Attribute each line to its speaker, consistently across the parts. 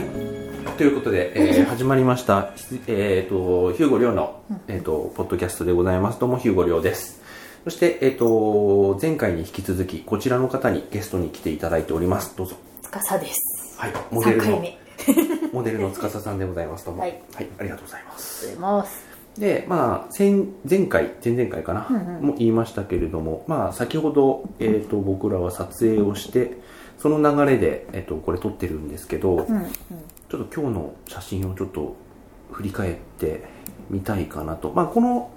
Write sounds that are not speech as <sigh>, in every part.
Speaker 1: いうことで、えー始まりました、えっ、と、ヒューゴリョウの、えっ、と、ポッドキャストでございます。どうも、ヒューゴリョウです。そして、えっ、と、前回に引き続き、こちらの方にゲストに来ていただいております。どうぞ。
Speaker 2: 司です。
Speaker 1: はい、モデ
Speaker 2: 3
Speaker 1: ル
Speaker 2: 回
Speaker 1: の、
Speaker 2: 目。
Speaker 1: モデルの司さんでございます。どうも。
Speaker 2: はい
Speaker 1: ありがとうございます。
Speaker 2: すいます。
Speaker 1: で、まあ、先前回、前々回かな、
Speaker 2: うんうん
Speaker 1: も言いましたけれども、まあ、先ほど、えっ、と、僕らは撮影をして、その流れで、えっ、と、これ撮ってるんですけど、
Speaker 2: うん、うん。
Speaker 1: ちょっと今日の写真をちょっと振り返ってみたいかなと。まあ、この、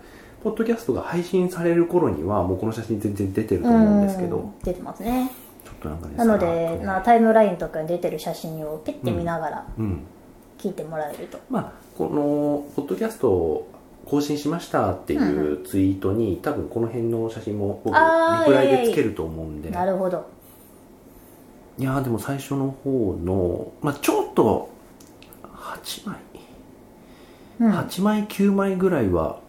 Speaker 1: ポッドキャストが配信される頃には、もうこの写真全然出てると思うんですけど、
Speaker 2: うん出てますね。
Speaker 1: ちょっとなんかね、
Speaker 2: なの
Speaker 1: さらっ
Speaker 2: で、
Speaker 1: とね
Speaker 2: なタイムラインとかに出てる写真をピッて見ながら
Speaker 1: うん。
Speaker 2: 聞いてもらえると。
Speaker 1: まあ、この、ポッドキャストを更新しましたっていうツイートに、多分この辺の写真も僕、リ
Speaker 2: あー
Speaker 1: プライ
Speaker 2: いやいやい
Speaker 1: で
Speaker 2: や
Speaker 1: つけると思うんで。
Speaker 2: なるほど。
Speaker 1: いやーでも最初の方の、まあ、ちょっと、8枚、
Speaker 2: うん、
Speaker 1: 8枚、9枚ぐらいは、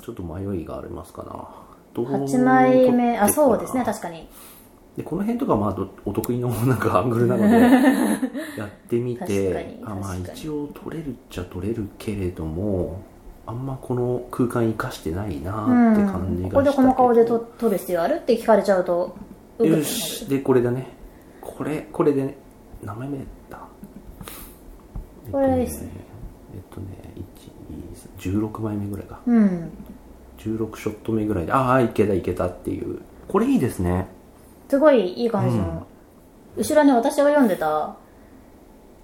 Speaker 1: ちょっと迷いがありますかな。どう
Speaker 2: 8枚目、
Speaker 1: 撮
Speaker 2: あ、
Speaker 1: って
Speaker 2: そ
Speaker 1: こ
Speaker 2: う
Speaker 1: うかな
Speaker 2: ですね、確かに。
Speaker 1: でこの辺とかまあどお得意のなんかアングルな
Speaker 2: <laughs>
Speaker 1: のでやってみ
Speaker 2: 確か
Speaker 1: て
Speaker 2: に
Speaker 1: あまあ
Speaker 2: 確かに
Speaker 1: 一応取れるっちゃ取れるけれどもあんまこの空間生かしてないなって感
Speaker 2: う
Speaker 1: じ
Speaker 2: ん。こ
Speaker 1: がしたけ
Speaker 2: こで
Speaker 1: ど、
Speaker 2: この顔で撮撮る必要あるって聞かれちゃうと、うぐってな
Speaker 1: よ
Speaker 2: る
Speaker 1: しでこれだねこれこれで、ね、何枚目だ
Speaker 2: これですね
Speaker 1: えっとねえっとね1 2 3 16枚目ぐらいか
Speaker 2: うん。
Speaker 1: 16ショット目ぐらいでああいけたいけたっていうこれいいですね
Speaker 2: すごいいい感じの、後ろに私が読んでた、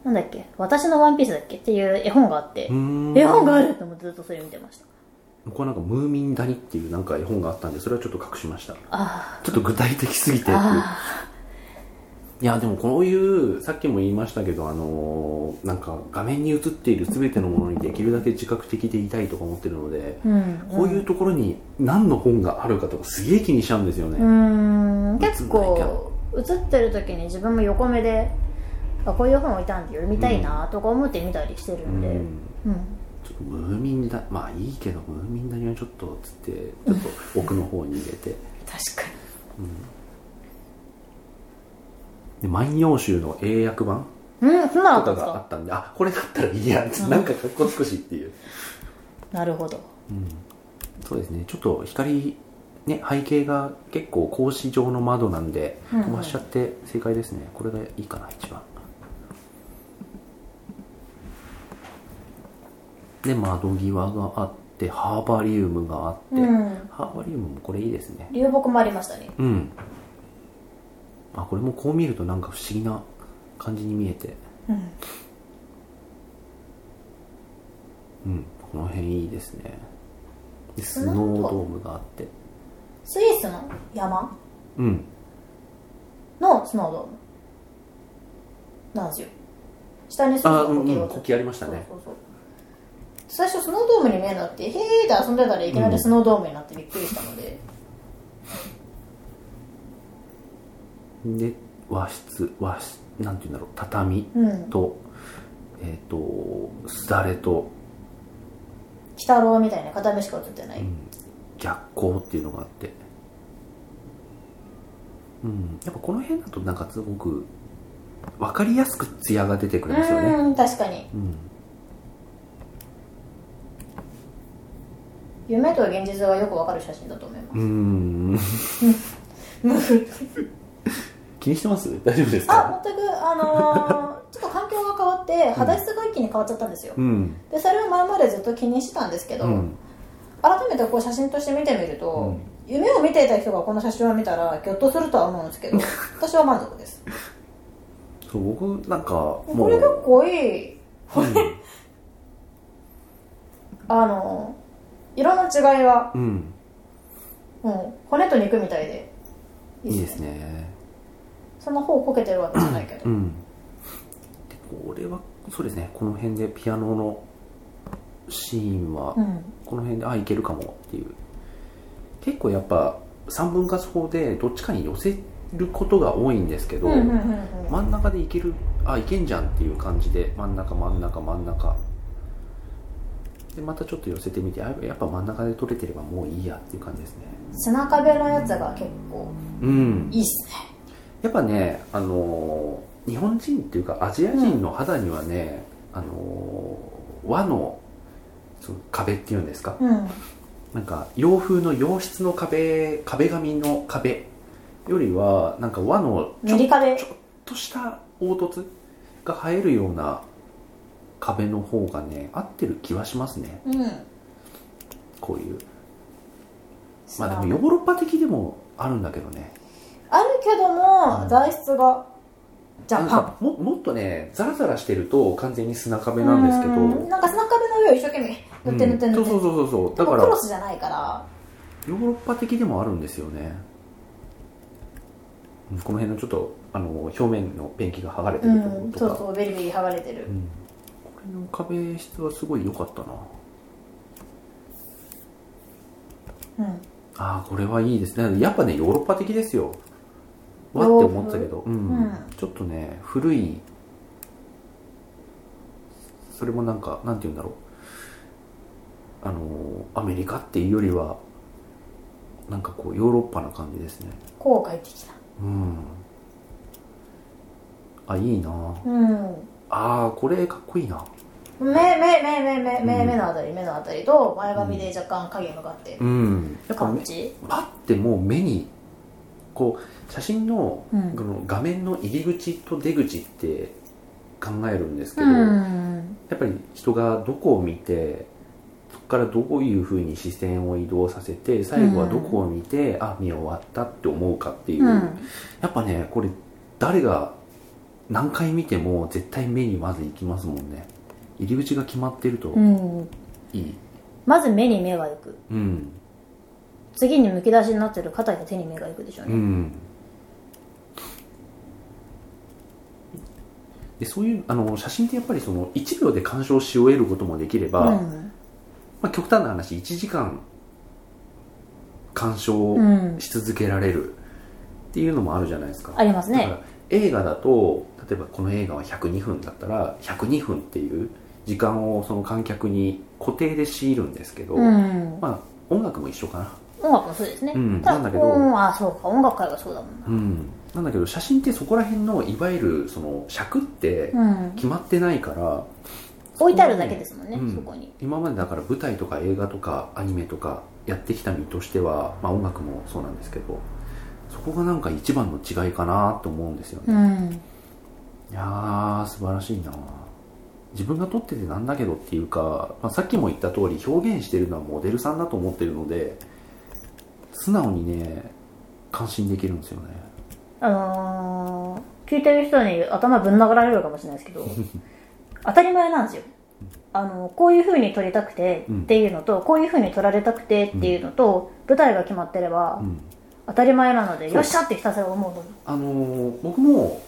Speaker 2: なんだっけ、私のワンピースだっけっていう絵本があって
Speaker 1: う、ーん
Speaker 2: 絵本があると思ってずっとそれ見てました。
Speaker 1: 僕はなんか「ムーミン谷」っていうなんか絵本があったんでそれはちょっと隠しました
Speaker 2: あ
Speaker 1: ちょっと具体的すぎて
Speaker 2: あ、あ
Speaker 1: いやでもこういうさっきも言いましたけどあのーなんか画面に映っている全てのものにできるだけ自覚的でいたいとか思ってるので、
Speaker 2: あ、うん。
Speaker 1: こういうところに何の本があるかとかすげえ気にしちゃうんですよね、
Speaker 2: うーん結
Speaker 1: 映んない
Speaker 2: 構映ってる時に自分も横目であこういう本置いたんで読みたいなとか思って見たりしてるんで、
Speaker 1: う
Speaker 2: うん
Speaker 1: んちょっとムーミンだまあいいけどムーミン谷はちょっとつってちょっと奥の方に入れて
Speaker 2: 確か
Speaker 1: で万葉集の英訳版
Speaker 2: にうんそんな
Speaker 1: と
Speaker 2: の
Speaker 1: か
Speaker 2: あったんです
Speaker 1: があ
Speaker 2: か
Speaker 1: ったんであこれだったらいいやつなんかかっこつくしっていう
Speaker 2: なるほど
Speaker 1: そうですねちょっと光ね背景が結構格子状の窓なんで
Speaker 2: うんうん
Speaker 1: 飛ばしちゃって正解ですね、これがいいかな一番で窓際があってハーバリウムがあって、
Speaker 2: うん
Speaker 1: ハーバリウムもこれいいですね
Speaker 2: 流木もありましたね
Speaker 1: うんあこれもこう見るとなんか不思議な感じに見えて
Speaker 2: うん
Speaker 1: うんこの辺いいですねでスノードームがあって
Speaker 2: スイスの山
Speaker 1: うん
Speaker 2: のスノードームなんですよ下にスノ
Speaker 1: あ
Speaker 2: ー
Speaker 1: う
Speaker 2: ドー
Speaker 1: ん
Speaker 2: ム
Speaker 1: う
Speaker 2: が
Speaker 1: ん
Speaker 2: 起き
Speaker 1: 国旗ありました
Speaker 2: そう
Speaker 1: ね
Speaker 2: そうそう最初スノードームに見えるのってへえで遊んでたらいきなりスノードームになってびっくりしたので、
Speaker 1: で和室和室なんて言うんだろう畳
Speaker 2: うん、
Speaker 1: と、えっ、とすだれと、
Speaker 2: 鬼太郎みたいな片目しか映ってない、
Speaker 1: うん逆光っていうのがあってうんやっぱこの辺だとなんかすごく分かりやすく艶が出てくるんですよね
Speaker 2: うーん確かに
Speaker 1: うん
Speaker 2: 夢と現実がよくわかる写真だと思います、
Speaker 1: うーん気にしてます大丈夫ですか
Speaker 2: <laughs> あ全くあのーちょっと環境が変わって肌質が一気に変わっちゃったんですよ、
Speaker 1: うん
Speaker 2: でそれを前までずっと気にしてたんですけど、
Speaker 1: うん
Speaker 2: 改めてこう写真として見てみると、夢を見ていた人がこの写真を見たらギョッとするとは思うんです
Speaker 1: <laughs>
Speaker 2: けど私は満足です
Speaker 1: そう僕なんかも
Speaker 2: これ結
Speaker 1: う
Speaker 2: 構いい
Speaker 1: うん
Speaker 2: あのー色の違いは
Speaker 1: うん
Speaker 2: もう骨と肉みたいで
Speaker 1: いいですね
Speaker 2: そんな方こけてるわけじゃないけど
Speaker 1: うん、でこれはそうですねこの辺でピアノのシーンは
Speaker 2: うん
Speaker 1: この辺で、あいけるかもっていう結構やっぱ三分割法でどっちかに寄せることが多いんですけど、
Speaker 2: うんうんうんうん
Speaker 1: 真ん中でいけるあいけんじゃんっていう感じで真ん中真ん中真ん中でまたちょっと寄せてみてあやっぱ真ん中で取れてればもういいやっていう感じですね
Speaker 2: 砂壁のやつが結構
Speaker 1: うん
Speaker 2: いいっすね
Speaker 1: やっぱね、あのー日本人っていうかアジア人の肌にはね、あのー和のその壁っていうんですか、
Speaker 2: うん
Speaker 1: なんか洋風の洋室の壁壁紙の壁よりはなんか和のちょ
Speaker 2: メリカで
Speaker 1: ちょっとした凹凸が生えるような壁の方がね合ってる気はしますね
Speaker 2: うん
Speaker 1: こういうまあでもヨーロッパ的でもあるんだけどね
Speaker 2: あるけども、
Speaker 1: うん
Speaker 2: 材質がジ
Speaker 1: な
Speaker 2: ャ
Speaker 1: ん
Speaker 2: パン
Speaker 1: かももっとねザラザラしてると完全に砂壁なんですけど
Speaker 2: うんなんか砂壁の上を一生懸命塗って塗って
Speaker 1: う
Speaker 2: 塗っ
Speaker 1: ん
Speaker 2: て、
Speaker 1: そうそうそうそうだ
Speaker 2: でも
Speaker 1: から
Speaker 2: ク
Speaker 1: ヨ
Speaker 2: ロスじゃないから
Speaker 1: ーロッパ的でもあるんですよねうんこの辺のちょっとあの表面のペンキが剥がれて
Speaker 2: う
Speaker 1: るとこ
Speaker 2: ん
Speaker 1: ろと
Speaker 2: そう
Speaker 1: か
Speaker 2: そうベリベリ剥がれてる
Speaker 1: うんこれの壁質はすごい良かったな
Speaker 2: うん
Speaker 1: ああこれはいいですねやっぱねヨーロッパ的ですよわって思ったけど、うん
Speaker 2: うん
Speaker 1: ちょっとね古いそれもなんかなんて言うんだろうあのーアメリカっていうよりはなんかこうヨーロッパな感じですね
Speaker 2: 後悔できた
Speaker 1: うんあいいな
Speaker 2: うん
Speaker 1: ああこれかっこいいな
Speaker 2: 目目目目目目
Speaker 1: うん
Speaker 2: 目のあたり目のあたりと前髪で若干影向かって
Speaker 1: うん
Speaker 2: る感じ
Speaker 1: パッてもう目にこう写真の,、
Speaker 2: うん
Speaker 1: この画面の入り口と出口って考えるんですけど、
Speaker 2: うん
Speaker 1: やっぱり人がどこを見てそこからどういうふうに視線を移動させて最後はどこを見て、あ見終わったって思うかっていう、
Speaker 2: うん
Speaker 1: やっぱねこれ誰が何回見ても絶対目にまず行きますもんね入り口が決まってると
Speaker 2: うん
Speaker 1: いい
Speaker 2: まず目に目がいく
Speaker 1: うん
Speaker 2: 次にむき出しになってる肩や手に目がいくでしょう
Speaker 1: う
Speaker 2: ね、
Speaker 1: ん、でそういうあの写真ってやっぱりその1秒で鑑賞し終えることもできれば、
Speaker 2: うん
Speaker 1: まあ、極端な話1時間鑑賞
Speaker 2: うん
Speaker 1: し続けられるっていうのもあるじゃないですか,、
Speaker 2: あります
Speaker 1: だか
Speaker 2: ね
Speaker 1: ら映画だと例えばこの映画は102分だったら102分っていう時間をその観客に固定で強いるんですけど、
Speaker 2: うん
Speaker 1: まあ音楽も一緒かな
Speaker 2: 音楽もそうですね、
Speaker 1: うん
Speaker 2: た
Speaker 1: なんだけど
Speaker 2: うんあそうか音楽界はそうだもんな
Speaker 1: うん、なんだけど写真ってそこら辺のいわゆるその尺って
Speaker 2: うん
Speaker 1: 決まってないから、
Speaker 2: 置いてあるだけですもんね、
Speaker 1: うん
Speaker 2: そこに
Speaker 1: 今までだから舞台とか映画とかアニメとかやってきた身としては、まあ、音楽もそうなんですけどそこがなんか一番の違いかなと思うんですよね、
Speaker 2: ん
Speaker 1: いやー素晴らしいな自分が撮っててなんだけどっていうか、まあ、さっきも言った通り表現してるのはモデルさんだと思ってるので素直にね感心できるんですよね
Speaker 2: あのー、聞いてる人に頭ぶん殴られるかもしれないで
Speaker 1: <laughs>
Speaker 2: すけど当たり前なんですよあのこういう風に撮りたくてっていうのと、こういう風に撮られたくてっていうのと、舞台が決まってれば
Speaker 1: うん
Speaker 2: 当たり前なので、
Speaker 1: そう
Speaker 2: よっしゃってひたすら思うの
Speaker 1: あのー僕も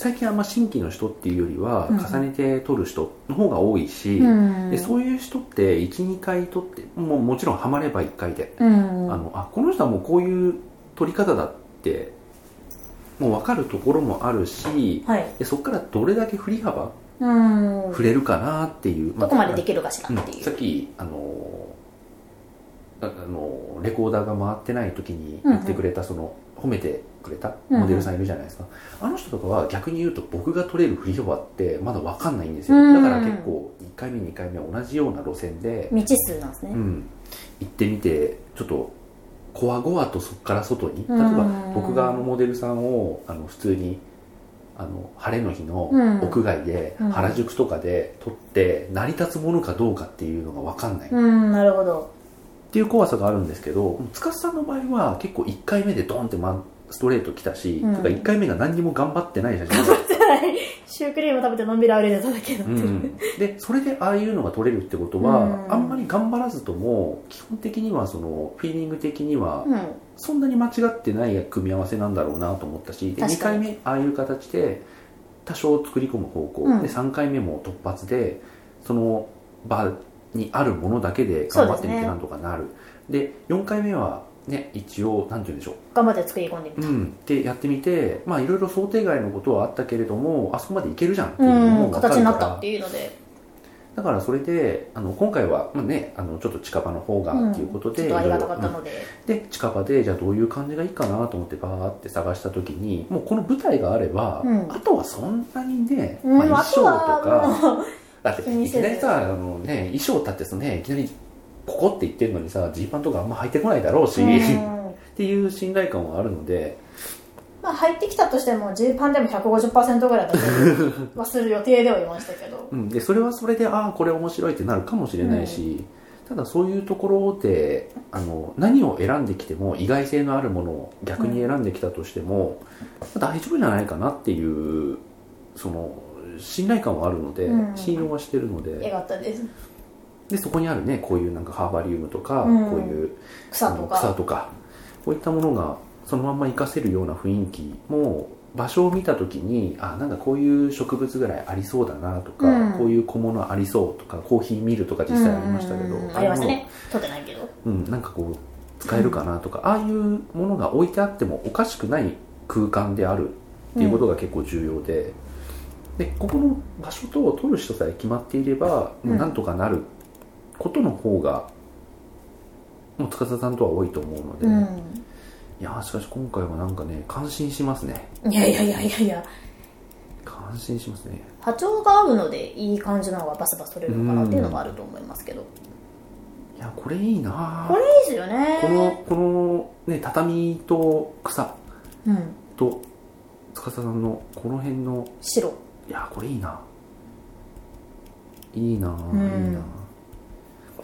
Speaker 1: 最近あんま新規の人っていうよりは
Speaker 2: うん
Speaker 1: 重ねて撮る人の方が多いし、
Speaker 2: うん
Speaker 1: でそういう人って12回撮ってもうもちろんハマれば1回で、
Speaker 2: うん
Speaker 1: あのあこの人はもうこういう撮り方だってもう分かるところもあるし
Speaker 2: はい
Speaker 1: でそこからどれだけ振り幅
Speaker 2: うん
Speaker 1: 振れるかなっていう、
Speaker 2: どこまでで
Speaker 1: き
Speaker 2: きるかしらって
Speaker 1: う
Speaker 2: い
Speaker 1: ん、さ
Speaker 2: う
Speaker 1: っきあのーああのーレコーダーが回ってない時に
Speaker 2: うんう
Speaker 1: 言
Speaker 2: ん
Speaker 1: ってくれた、その褒めてくれた
Speaker 2: うんうん
Speaker 1: モデルさんいるじゃないですか、あの人とかは逆に言うと僕が取れる振り幅ってまだ分かんないんですよ、
Speaker 2: うん
Speaker 1: だから結構1回目2回目同じような路線で、
Speaker 2: 未知数なんですね、
Speaker 1: うん、行ってみてちょっとこわごわとそこから外に例
Speaker 2: う
Speaker 1: え
Speaker 2: ん
Speaker 1: ば僕があのモデルさんをあの普通にあの晴れの日の
Speaker 2: うん
Speaker 1: 屋外で
Speaker 2: うん
Speaker 1: 原宿とかで撮って成り立つものかどうかっていうのが分かんないっ
Speaker 2: うんなるほど
Speaker 1: ていう怖さがあるんですけど司さんの場合は結構1回目でドンってまんストレート来たし、
Speaker 2: うん
Speaker 1: とか1回目が何にも頑張ってない写真だった
Speaker 2: シュークリーム食べてのんびり歩いてただけだって
Speaker 1: う、
Speaker 2: いうん
Speaker 1: でそれでああいうのが撮れるってことは、
Speaker 2: うん
Speaker 1: あんまり頑張らずとも基本的にはそのフィーリング的には
Speaker 2: うん
Speaker 1: そんなに間違ってない組み合わせなんだろうなと思ったしで2
Speaker 2: 確か
Speaker 1: 回
Speaker 2: に
Speaker 1: 目ああいう形で多少作り込む方向、
Speaker 2: うん
Speaker 1: で3回目も突発でその場にあるものだけで頑張ってみ
Speaker 2: そうです
Speaker 1: て
Speaker 2: ね
Speaker 1: なんとかなるで,、4回目はね一応なんて言うんでしょ
Speaker 2: 頑張って作り込んでみ
Speaker 1: う、う
Speaker 2: た、
Speaker 1: ん、でやってみてまあいろいろ想定外のことはあったけれどもあそこまでいけるじゃんっていう
Speaker 2: う
Speaker 1: の
Speaker 2: ん
Speaker 1: も分かる
Speaker 2: 形
Speaker 1: か
Speaker 2: に
Speaker 1: ら、
Speaker 2: なったっていうので
Speaker 1: だからそれであの今回は、まあね、あのちょっと近場の方が
Speaker 2: うん
Speaker 1: っていうこと
Speaker 2: ちょ
Speaker 1: で、
Speaker 2: っとありがたか
Speaker 1: い
Speaker 2: っ
Speaker 1: ろい
Speaker 2: た
Speaker 1: ろ
Speaker 2: ので、
Speaker 1: で近場でじゃあどういう感じがいいかなと思ってバーって探した時にもうこの舞台があれば、
Speaker 2: うん
Speaker 1: あとはそんなにね、
Speaker 2: う
Speaker 1: ま
Speaker 2: ん
Speaker 1: あ、衣
Speaker 2: あ
Speaker 1: 装と
Speaker 2: とは
Speaker 1: か
Speaker 2: もう
Speaker 1: だって
Speaker 2: 気に
Speaker 1: い
Speaker 2: せ
Speaker 1: き
Speaker 2: ず
Speaker 1: なりさあの、ね、衣装だってそのねいきなりここって言ってるのにさジーパンとかあんま履いてこないだろうし、っ
Speaker 2: うん
Speaker 1: ていう信頼感はあるので
Speaker 2: まあ入ってきたとしてもジーパンでも150%ぐらいだとはする予定ではいましたけど
Speaker 1: うん、でそれはそれでああこれ面白いってなるかもしれないし、ただそういうところであの何を選んできても意外性のあるものを逆に選んできたとしても、大丈夫じゃないかなっていうその信頼感はあるので、
Speaker 2: うん
Speaker 1: 信用はしてるの
Speaker 2: よ
Speaker 1: で
Speaker 2: かったです
Speaker 1: でそこにあるねこういうなんかハーバリウムとか、
Speaker 2: うん
Speaker 1: こういう
Speaker 2: 草とか
Speaker 1: 草とかこういったものがそのまんま活かせるような雰囲気も場所を見た時にあなんかこういう植物ぐらいありそうだなとか、
Speaker 2: うん
Speaker 1: こういう小物ありそうとかコーヒーミルとか実際ありましたけど、
Speaker 2: うんうんう
Speaker 1: あ
Speaker 2: ん
Speaker 1: あ
Speaker 2: あ
Speaker 1: い
Speaker 2: り
Speaker 1: う
Speaker 2: ま
Speaker 1: も
Speaker 2: し
Speaker 1: の
Speaker 2: たね撮ってないけど
Speaker 1: うん、なんかこう使えるかなとか、ああいうものが置いてあってもおかしくない空間であるっていうことが結構重要で,、でここの場所と取る人さえ決まっていれば、
Speaker 2: うん
Speaker 1: もうなんとかなることの方がもう司さんとは多いと思うので。
Speaker 2: うん
Speaker 1: いやーしかし今回はなんかね感心しますね
Speaker 2: いやいやいやいやいや
Speaker 1: 感心しますね
Speaker 2: 波長が合うのでいい感じのがバスバス撮れるのかなっていうのもあると思いますけど
Speaker 1: いやこれいいなー
Speaker 2: これいいですよね
Speaker 1: このこのね畳と草
Speaker 2: うん
Speaker 1: と司さんのこの辺の
Speaker 2: 白
Speaker 1: いやーこれいいないいなー、
Speaker 2: うん
Speaker 1: いいなー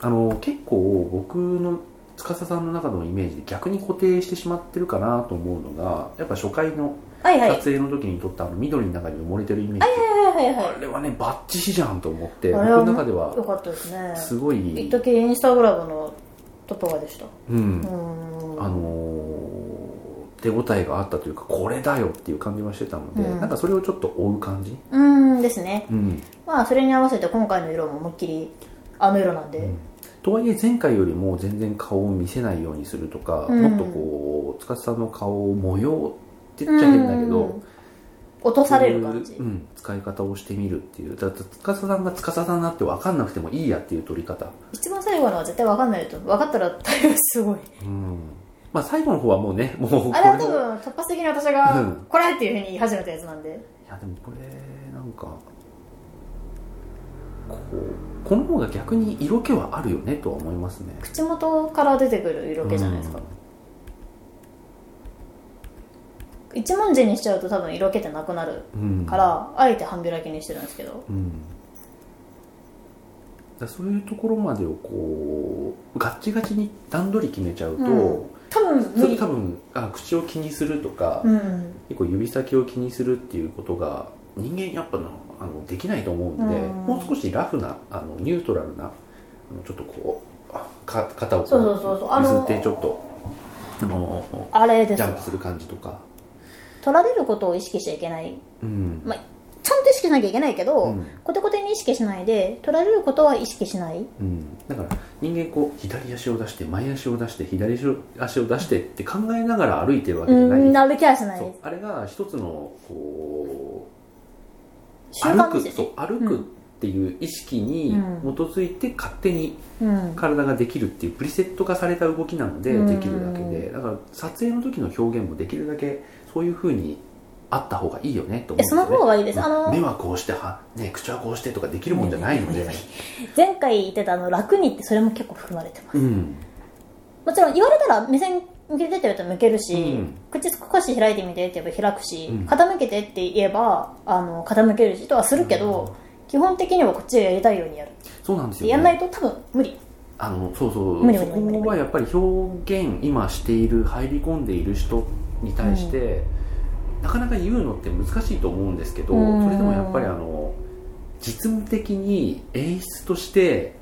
Speaker 1: あの結構僕の司さんの中のイメージで逆に固定してしまってるかなと思うのがやっぱ初回の
Speaker 2: はいはい
Speaker 1: 撮
Speaker 2: はい
Speaker 1: 影の時に撮ったあの緑の中に埋もれてるイメージ、
Speaker 2: はいはい
Speaker 1: あれはねバッチシじゃんと思って
Speaker 2: あ
Speaker 1: 僕
Speaker 2: れは
Speaker 1: の中では
Speaker 2: よかったですね
Speaker 1: すごい
Speaker 2: 一時インスタグラムのトップがでした
Speaker 1: う、
Speaker 2: うんん
Speaker 1: あのー手応えがあったというかこれだよっていう感じはしてたので、
Speaker 2: うん
Speaker 1: なんかそれをちょっと追う感じ、
Speaker 2: うんですね
Speaker 1: うん、
Speaker 2: まあそれに合わせて今回の色も思いっきりあの色なんで、
Speaker 1: とはいえ前回よりも全然顔を見せないようにするとか、
Speaker 2: うん
Speaker 1: もっとこう司さんの顔を模様って言っちゃ変だけど、
Speaker 2: うん落とされる感じ
Speaker 1: そういううん、使い方をしてみるっていうだって司さんが司さんだって分かんなくてもいいやっていう取り方、
Speaker 2: 一番最後のは絶対分かんないと分かったら対応すごい
Speaker 1: うんまあ、最後の方はもうねもうこ
Speaker 2: あれは
Speaker 1: も
Speaker 2: 多分突発的に私
Speaker 1: う
Speaker 2: が
Speaker 1: ん
Speaker 2: 「これ!」っていうふうに言い始めたやつなんで
Speaker 1: いやでもこれなんかこうこの方が逆に色気はあるよねとは思いますね
Speaker 2: 口元から出てくる色気じゃないですか、一文字にしちゃうと多分色気ってなくなる
Speaker 1: うん、うん
Speaker 2: から、あえて半開きにしてるんですけど
Speaker 1: うんだからそういうところまでをこうガッチガチに段取り決めちゃうと、
Speaker 2: うん多分
Speaker 1: そ
Speaker 2: 無
Speaker 1: れ
Speaker 2: 理
Speaker 1: 多分あ口を気にするとか、
Speaker 2: うん
Speaker 1: 結構指先を気にするっていうことが人間やっぱなあのできないと思うんで、
Speaker 2: うん
Speaker 1: もう少しラフなあのニュートラルなあのちょっとこうあか肩をこ
Speaker 2: そうそうそうそうあの
Speaker 1: 譲ってちょっとあの
Speaker 2: あれで
Speaker 1: ジ
Speaker 2: す
Speaker 1: ャンプする感じとか、
Speaker 2: 取られることを意識しちゃいけない
Speaker 1: うん
Speaker 2: まちゃんと意識しなきゃいけないけど、
Speaker 1: うん
Speaker 2: コテコテに意識しないで取られることは意識しない
Speaker 1: うん、だから人間こう左足を出して前足を出して左足を出してって考えながら歩いてるわけじゃない、
Speaker 2: うん歩きはしない
Speaker 1: そ
Speaker 2: で
Speaker 1: うあれが一つのこう
Speaker 2: す習
Speaker 1: 歩
Speaker 2: 慣で
Speaker 1: く
Speaker 2: すよね
Speaker 1: そう歩くっていう意識に基
Speaker 2: うん
Speaker 1: づいて勝手に
Speaker 2: うん、
Speaker 1: 体ができるっていうプリセット化された動きなので
Speaker 2: うん
Speaker 1: できるだけでだから撮影の時の表現もできるだけそういう風にあった方がいいよねと思うん
Speaker 2: え
Speaker 1: です
Speaker 2: そ
Speaker 1: よ
Speaker 2: の
Speaker 1: ね
Speaker 2: 方がいいです、あの
Speaker 1: 目はこうしては、ね、口はこうしてとかできるもんじゃないので、
Speaker 2: 前回言ってたあの楽にってそれも結構含まれてます
Speaker 1: うん、
Speaker 2: もちろん言われたら目線向けてって言われたら向けるし、
Speaker 1: うん
Speaker 2: 口少し開いてみてって言えば開くし、
Speaker 1: うん
Speaker 2: 傾けてって言えばあの傾けるしとはするけど、基本的にはこっちがやりたいようにやる
Speaker 1: そうなんですよ、ね、
Speaker 2: やんないと多分無理
Speaker 1: あのそうそう
Speaker 2: 無理無
Speaker 1: そ
Speaker 2: 理無理無理
Speaker 1: こはやっぱり表現今している入り込んでいる人に対して、なかなか言うのって難しいと思うんですけど、
Speaker 2: うん
Speaker 1: それでもやっぱりあの実務的に演出として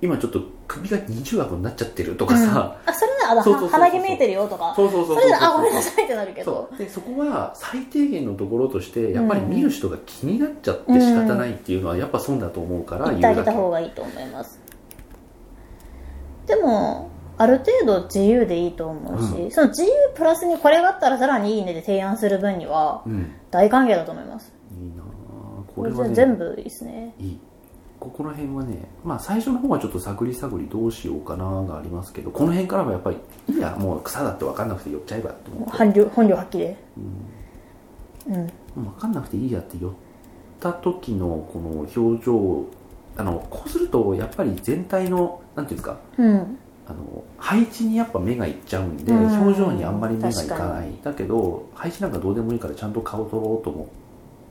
Speaker 1: 今ちょっと首が二重顎になっちゃってるとかさ、
Speaker 2: あそれならあ
Speaker 1: そうそうそうそう
Speaker 2: 鼻毛見えてるよとか
Speaker 1: そうそうそう
Speaker 2: そ
Speaker 1: そう
Speaker 2: れ
Speaker 1: そう
Speaker 2: ならあごめんなさいってなるけど
Speaker 1: そうでそこは最低限のところとしてやっぱり見る人が気になっちゃって仕方ないっていうのはやっぱ損だと思うから言
Speaker 2: 言っ
Speaker 1: う
Speaker 2: てあげ
Speaker 1: だけ
Speaker 2: た方がいいと思いますでもある程度自由でいいと思うし、その自由プラスにこれがあったらさらにいいねで提案する分には
Speaker 1: うん
Speaker 2: 大歓迎だと思います
Speaker 1: いいなあこ
Speaker 2: こ
Speaker 1: れ
Speaker 2: れ
Speaker 1: は、ね、
Speaker 2: 全部いいですね
Speaker 1: いいここら辺はね、まあ最初の方はちょっと探り探りどうしようかながありますけど、この辺からはやっぱり、いや、もう草だって分かんなくて寄っちゃえばって思って、
Speaker 2: 本領本領発揮でうん
Speaker 1: 分かんなくていいやって寄った時のこの表情、あの、こうするとやっぱり全体の、なんていうんですか、
Speaker 2: うん
Speaker 1: あの配置にやっぱ目がいっちゃうんで、
Speaker 2: うん
Speaker 1: 表情にあんまり目がいか
Speaker 2: 確か
Speaker 1: ないだけど配置なんかどうでもいいからちゃんと顔撮ろうと思っ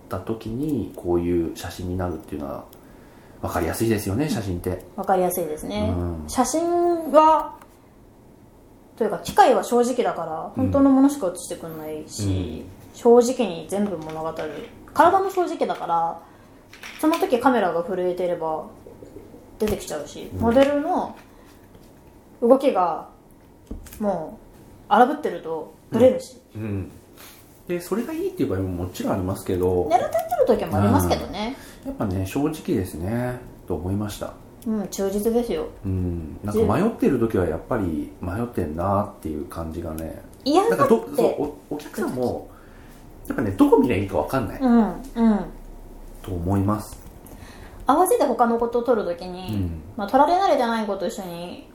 Speaker 1: た時にこういう写真になるっていうのは分かりやすいですよね写真って、
Speaker 2: わかりやすいですね、
Speaker 1: うん
Speaker 2: 写真はというか機械は正直だから本当のものしか写してくれないし、正直に全部物語る体も正直だからその時カメラが震えてれば出てきちゃうし、モデルの動きがもう荒ぶってるとブレるし、
Speaker 1: うん、でそれがいいっていう場合ももちろんありますけど
Speaker 2: 狙ってってる時もありますけどね
Speaker 1: やっぱね正直ですねと思いました
Speaker 2: うん忠実ですよ
Speaker 1: うんなんか迷ってる時はやっぱり迷ってんなっていう感じがね
Speaker 2: 嫌
Speaker 1: な
Speaker 2: が
Speaker 1: んか
Speaker 2: っ
Speaker 1: ど
Speaker 2: て
Speaker 1: そうおお客さんもやっぱねどこ見りゃいいか分かんない
Speaker 2: うんうん
Speaker 1: と思います、
Speaker 2: 合わせて他のことを撮るときに、
Speaker 1: うん
Speaker 2: まあ、撮られ慣れてない子と一緒に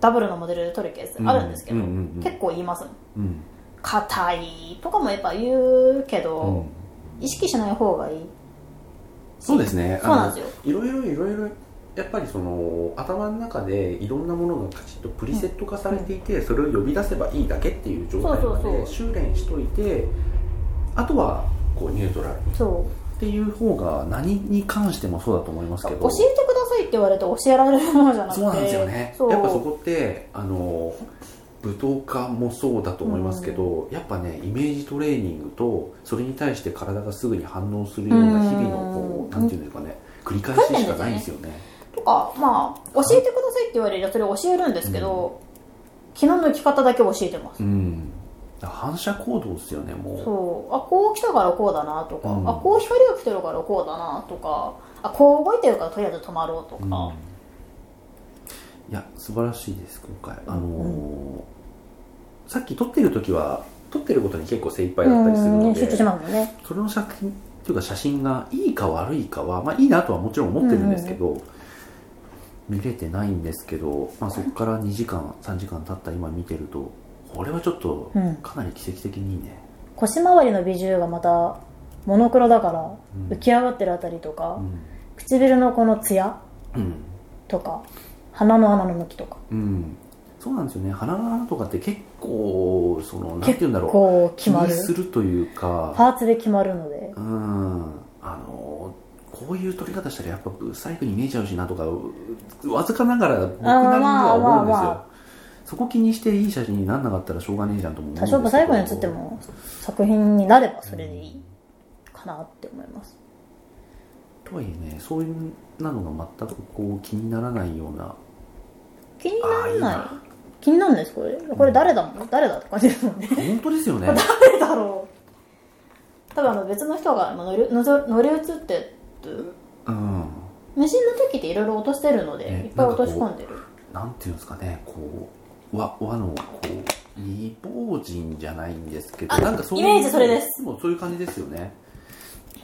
Speaker 2: ダブルのモデルで撮るケースあるんですけ
Speaker 1: う
Speaker 2: ど、
Speaker 1: んうんうんうん
Speaker 2: 結構言います
Speaker 1: うん
Speaker 2: 硬いとかもやっぱ言うけ
Speaker 1: う
Speaker 2: ど
Speaker 1: ん、
Speaker 2: 意識しない方がいい
Speaker 1: そうですね
Speaker 2: そうなんですよ
Speaker 1: あのいろいろいろいろやっぱりその頭の中でいろんなものがカチッとプリセット化されていて、それを呼び出せばいいだけっていう状態
Speaker 2: そう
Speaker 1: ま
Speaker 2: そうそう
Speaker 1: で修練しといてあとはこうニュートラルに
Speaker 2: そ
Speaker 1: っていう方が何に関してもそうだと思います
Speaker 2: う教
Speaker 1: け
Speaker 2: えて
Speaker 1: ど
Speaker 2: くださいって言われて教えられるものじゃなくて
Speaker 1: そうなんですよね
Speaker 2: そう
Speaker 1: やっぱそこってあの舞踏家もそうだと思いますけど、やっぱねイメージトレーニングとそれに対して体がすぐに反応するような日々のこ
Speaker 2: うん
Speaker 1: うなんていうんですかね繰り返ししかないんですよね
Speaker 2: とかまあ教えてくださいって言われるゃそれ教えるんですけど、気の抜き方だけ教えてます、
Speaker 1: うんだから反射行動ですよねも
Speaker 2: そうあこう来たからこうだなとか、
Speaker 1: うん
Speaker 2: あこう光が来てるからこうだなとかあこう動いてるからとりあえず止まろうと
Speaker 1: う、
Speaker 2: か、
Speaker 1: うんいや素晴らしいです今回あのーさっき撮ってる時は撮ってることに結構精一杯だったりする
Speaker 2: う
Speaker 1: の
Speaker 2: ん
Speaker 1: で
Speaker 2: 集中しますもんね
Speaker 1: それの作品っていうか写真がいいか悪いかは、まあ、いいなとはもちろん思ってるんですけど、見れてないんですけど、まあ、そこから2時間3時間経った今見てるとこれはちょっと
Speaker 2: うん
Speaker 1: かなり奇跡的にいいね、
Speaker 2: 腰回りの美獣がまたモノクロだから
Speaker 1: うん
Speaker 2: 浮き上がってるあたりとか、
Speaker 1: うん
Speaker 2: 唇のこのツヤ
Speaker 1: うん
Speaker 2: とか鼻の穴の向きとか
Speaker 1: うんそうなんですよね花柄とかって結構そのなんて言うんだろう
Speaker 2: こう決ま
Speaker 1: 気
Speaker 2: る
Speaker 1: にするというか
Speaker 2: パーツで決まるので
Speaker 1: うんあのこういう撮り方したらやっぱブサイクに見えちゃうしなとかうわずかながら僕なりには思うんですよ、
Speaker 2: あーまあまあま
Speaker 1: そこ気にしていい写真になんなかったらしょうがねえじゃんとも思うん
Speaker 2: 多
Speaker 1: ですけ
Speaker 2: 少
Speaker 1: ど
Speaker 2: ブサイクに映っても作品になればそれでいいかなって思います
Speaker 1: とはいえねそういうなのが全くこう気にならないような
Speaker 2: 気にな
Speaker 1: ああいい
Speaker 2: らない
Speaker 1: な
Speaker 2: 気になるんですこれこれ誰だもん誰だって感じですもんね
Speaker 1: 本当ですよね
Speaker 2: <laughs> 誰だろう多分あの別の人が乗り乗り乗り移ってって
Speaker 1: うん
Speaker 2: 無心の時っていろいろ落としてるので
Speaker 1: ね
Speaker 2: いっぱい落とし込んでる
Speaker 1: なんていうんですかねこう和和のこう未亡人じゃないんですけど
Speaker 2: あ
Speaker 1: なんかそういう
Speaker 2: イメージそれです
Speaker 1: もうそういう感じですよね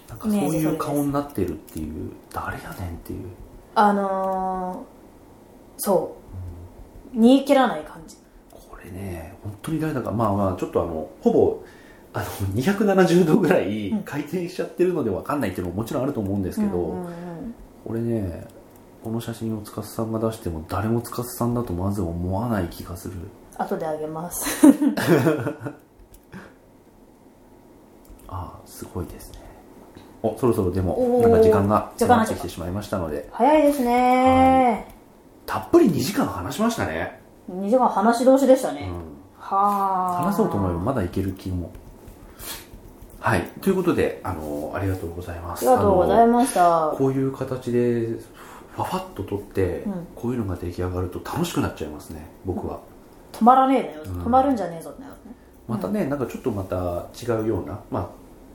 Speaker 1: なんかそう
Speaker 2: イメージ
Speaker 1: い
Speaker 2: それ
Speaker 1: う
Speaker 2: です
Speaker 1: 顔になってるっていう誰やねんっていう
Speaker 2: あのー、そう煮え切らない感じ
Speaker 1: これね本当に誰だかまあまあちょっとあのほぼあの270度ぐらい回転しちゃってるのでわかんないっていうのももちろんあると思うんですけど、
Speaker 2: うんうんうん
Speaker 1: これねこの写真を司さんが出しても誰も司さんだとまず思わない気がする
Speaker 2: 後であげます <laughs>
Speaker 1: ああすごいですねおそろそろでも
Speaker 2: お
Speaker 1: な
Speaker 2: ー
Speaker 1: んか時間が
Speaker 2: 時間
Speaker 1: 迫
Speaker 2: が
Speaker 1: ってきてしまいましたので
Speaker 2: 早いですね
Speaker 1: たっぷり2時間話しましたね、
Speaker 2: 2時間話し同士でした
Speaker 1: う
Speaker 2: ね、
Speaker 1: ん、
Speaker 2: はあ
Speaker 1: 話そうと思えばまだいける気もはいということであのありがとうございま
Speaker 2: あ
Speaker 1: す
Speaker 2: りがとうございました
Speaker 1: こういう形でファファッと撮って、
Speaker 2: うん
Speaker 1: こういうのが出来上がると楽しくなっちゃいますね僕は、
Speaker 2: 止まらねえだよ、
Speaker 1: ん
Speaker 2: 止まるんじゃねえぞってなるね
Speaker 1: またね、なんかちょっとまた違うようなま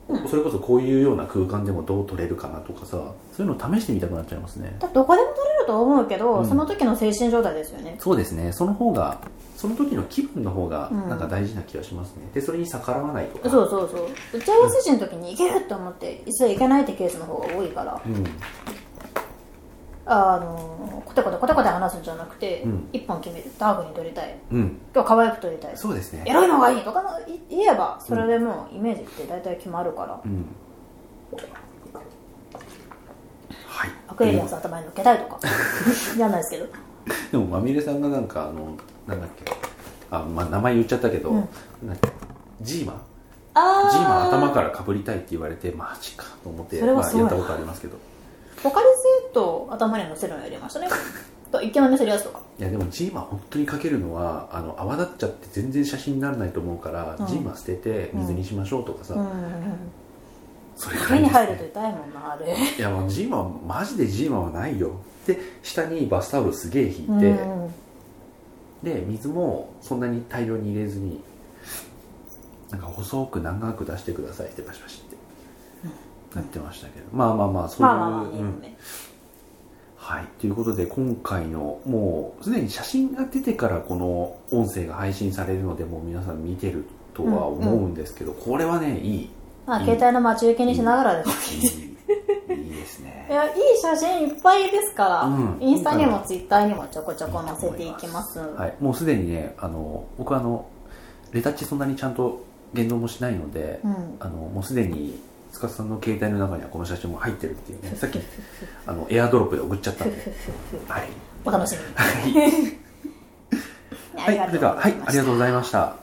Speaker 1: あ、それこそこういうような空間でもどう撮れるかなとかさそういうの試してみたくなっちゃいますね
Speaker 2: だってどこでも取れると思うけど、
Speaker 1: うん
Speaker 2: その時の精神状態ですよね
Speaker 1: そうですねその方がその時の気分の方が
Speaker 2: うん
Speaker 1: なんか大事な気がしますね、でそれに逆らわないとか
Speaker 2: そうそうそう打ち合わせ時の時に行けると思って実はいけないってケースの方が多いから
Speaker 1: うん
Speaker 2: あのコテコテコテコテ話すんじゃなくて、
Speaker 1: うん
Speaker 2: 一本決めるダークに撮りたい
Speaker 1: うん
Speaker 2: 今日可愛く撮りたい
Speaker 1: そうですね
Speaker 2: エロいのがいいとかのい言えばそれでもうイメージって大体決まるから、
Speaker 1: うんはい
Speaker 2: アクエリアス頭に乗っけたいと
Speaker 1: <laughs>
Speaker 2: かやんないですけど
Speaker 1: でもまみれさんがなんかあのなんだっけあ、まあ、名前言っちゃったけど、なんかジーマ
Speaker 2: あ
Speaker 1: ジーマ頭
Speaker 2: ら
Speaker 1: からかぶりたいって言われてマジかと思って
Speaker 2: それは
Speaker 1: まあ、
Speaker 2: すごい
Speaker 1: やったことありますけど
Speaker 2: ポカリスエットを頭に乗せるのやりまし
Speaker 1: <laughs>
Speaker 2: たねと一見の乗せるやつとか
Speaker 1: いやでもジーマ本当にかけるのはあの泡立っちゃって全然写真にならないと思うから、
Speaker 2: うん
Speaker 1: ジーマ捨てて水にしましょうとかさ、
Speaker 2: うん
Speaker 1: それくら
Speaker 2: 手
Speaker 1: い
Speaker 2: に
Speaker 1: ですね
Speaker 2: 入ると痛いもんなあれ
Speaker 1: いやもうジーマはマジでジーマはないよで下にバスタオルすげえ引いて、
Speaker 2: うん
Speaker 1: で水もそんなに大量に入れずになんか細く長く出してくださいってバシバシってなってましたけど、まあまあまあそういう、
Speaker 2: まあまあまあいい
Speaker 1: うん
Speaker 2: よね
Speaker 1: はいということで今回のもうすでに写真が出てからこの音声が配信されるのでもう皆さん見てるとは思うんですけど、これはねいいい
Speaker 2: まあ携帯の待ち受けにしながらでも
Speaker 1: いいいです
Speaker 2: い
Speaker 1: ね
Speaker 2: やいい写真いっぱいですから、
Speaker 1: うん
Speaker 2: インスタにもツイッターにもちょこちょこ載せていきます
Speaker 1: はい、もうすでにねあの僕あのレタッチそんなにちゃんと言動もしないので、
Speaker 2: うん
Speaker 1: あのもうすでに司さんの携帯の中にはこの写真も入ってるっていうねさっきあのエアドロップで送っちゃったんではい
Speaker 2: お楽しみに
Speaker 1: はい、
Speaker 2: <laughs> ね
Speaker 1: はい、それでははいありがとうございました